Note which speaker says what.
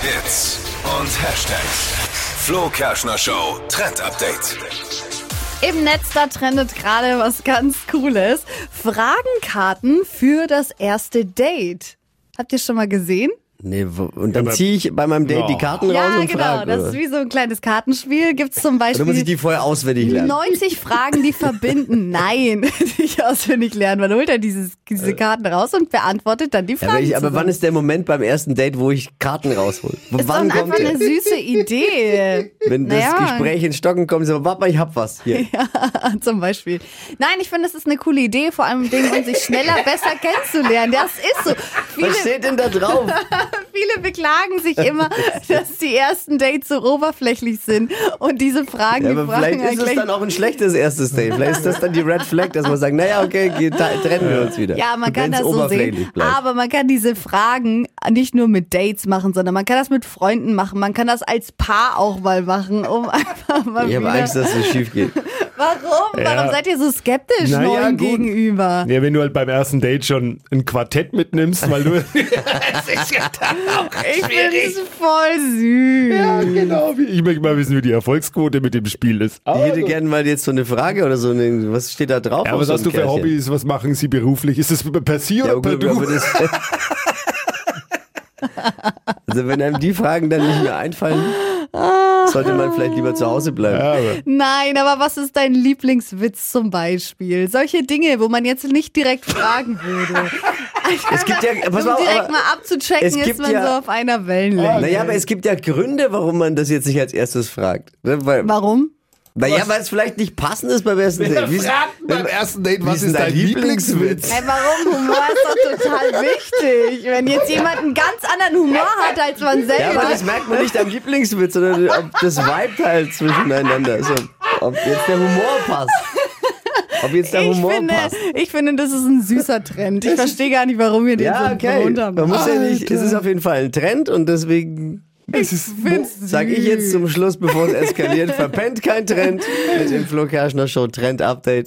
Speaker 1: Hits und Hashtags. Flo Kerschner Show Trend Update.
Speaker 2: Im Netz, da trendet gerade was ganz Cooles. Fragenkarten für das erste Date. Habt ihr schon mal gesehen?
Speaker 3: Nee, wo, und dann ziehe ich bei meinem Date
Speaker 4: Ja.
Speaker 3: die Karten raus
Speaker 2: ja,
Speaker 3: und
Speaker 2: genau.
Speaker 3: frage.
Speaker 2: das ist wie so ein kleines Kartenspiel. Gibt's zum
Speaker 3: Oder muss ich
Speaker 2: Beispiel
Speaker 3: die vorher auswendig lernen?
Speaker 2: 90 Fragen, die verbinden. Nein, die ich auswendig lernen. Man holt dann dieses, diese Karten raus und beantwortet dann die
Speaker 3: Äh. Ja, aber,
Speaker 2: Fragen.
Speaker 3: ich, aber wann
Speaker 2: zusammen.
Speaker 3: ist der Moment beim ersten Date, wo ich Karten raushole? W-
Speaker 2: ist doch
Speaker 3: wann
Speaker 2: einfach
Speaker 3: kommt der?
Speaker 2: eine süße Idee.
Speaker 3: Wenn das
Speaker 2: Naja.
Speaker 3: Gespräch in Stocken kommt, so, Papa, ich hab was hier.
Speaker 2: Zum Beispiel. Nein, ich finde, es ist eine coole Idee, vor allem Ding, um sich schneller besser kennenzulernen. Das ist so. Viele,
Speaker 3: Was steht denn da drauf?
Speaker 2: viele beklagen sich immer, dass die ersten Dates so oberflächlich sind und diese Fragen,
Speaker 3: Ja,
Speaker 2: die
Speaker 3: aber
Speaker 2: Fragen
Speaker 3: vielleicht ist es
Speaker 2: eigentlich-
Speaker 3: dann auch ein schlechtes erstes Date. Vielleicht ist das dann die Red Flag, dass man sagt, naja, okay, ge- te- trennen wir uns wieder.
Speaker 2: ja, man kann
Speaker 3: Wenn's
Speaker 2: das so sehen.
Speaker 3: oberflächlich bleibt.
Speaker 2: Aber man kann diese Fragen nicht nur mit Dates machen, sondern man kann das mit Freunden machen. Man kann das als Paar auch mal machen, um einfach mal
Speaker 3: ich habe
Speaker 2: wieder.
Speaker 3: Angst, dass es schief geht.
Speaker 2: Warum? Warum
Speaker 4: Ja.
Speaker 2: seid ihr so skeptisch
Speaker 4: Na ja,
Speaker 2: neuen
Speaker 4: gut.
Speaker 2: gegenüber?
Speaker 4: Ja, wenn du halt beim ersten Date schon ein Quartett mitnimmst, weil du.
Speaker 2: Ich finde es voll süß.
Speaker 4: ja, genau. Ich möchte mal wissen, wie die Erfolgsquote mit dem Spiel ist.
Speaker 3: Ich hätte
Speaker 4: ja,
Speaker 3: gerne mal jetzt so eine Frage oder so eine, was steht da drauf? auf
Speaker 4: was
Speaker 3: so
Speaker 4: hast du
Speaker 3: einem
Speaker 4: für
Speaker 3: Kärtchen?
Speaker 4: Hobbys? Was machen sie beruflich? Ist es per Sie
Speaker 3: Ja,
Speaker 4: oder per
Speaker 3: gut, aber
Speaker 4: Du?
Speaker 3: das, also wenn einem die Fragen dann nicht mehr einfallen, sollte man vielleicht lieber zu Hause bleiben.
Speaker 4: Ja, aber-
Speaker 2: Nein, aber was ist dein Lieblingswitz zum Beispiel? Solche Dinge, wo man jetzt nicht direkt fragen würde.
Speaker 3: Es gibt ja, pass
Speaker 2: um
Speaker 3: mal, auf,
Speaker 2: direkt
Speaker 3: aber,
Speaker 2: mal abzuchecken,
Speaker 3: es
Speaker 2: ist
Speaker 3: gibt
Speaker 2: man
Speaker 3: ja-
Speaker 2: so auf einer Wellenlänge.
Speaker 3: naja, aber es gibt ja Gründe, warum man das jetzt nicht als erstes fragt. Ne, Weil,
Speaker 2: Warum?
Speaker 3: naja, weil es vielleicht nicht passend ist beim ersten Äh, Date. Wie ist-
Speaker 4: beim ersten Date,
Speaker 3: wie
Speaker 4: was ist dein Lieblingswitz?
Speaker 2: Hey, warum? Humor ist doch total wichtig. Wenn jetzt jemand einen ganz anderen Humor hat als man
Speaker 3: Ja,
Speaker 2: selber.
Speaker 3: aber das merkt man nicht am Lieblingswitz, sondern ob das Vibe halt zwischeneinander ist. Ob, ob jetzt der Humor passt. Ob jetzt der
Speaker 2: ich,
Speaker 3: Humor
Speaker 2: finde,
Speaker 3: passt.
Speaker 2: ich finde, das ist ein süßer Trend. Ich verstehe gar nicht, warum ihr den
Speaker 3: Ja,
Speaker 2: so
Speaker 3: okay. Man muss
Speaker 2: runtermacht.
Speaker 3: ja nicht, es ist auf jeden Fall ein Trend und deswegen
Speaker 4: Es ist
Speaker 3: Sag ich jetzt zum Schluss, bevor es eskaliert, verpennt kein Trend mit dem Flo Kerschner Show Trend Update.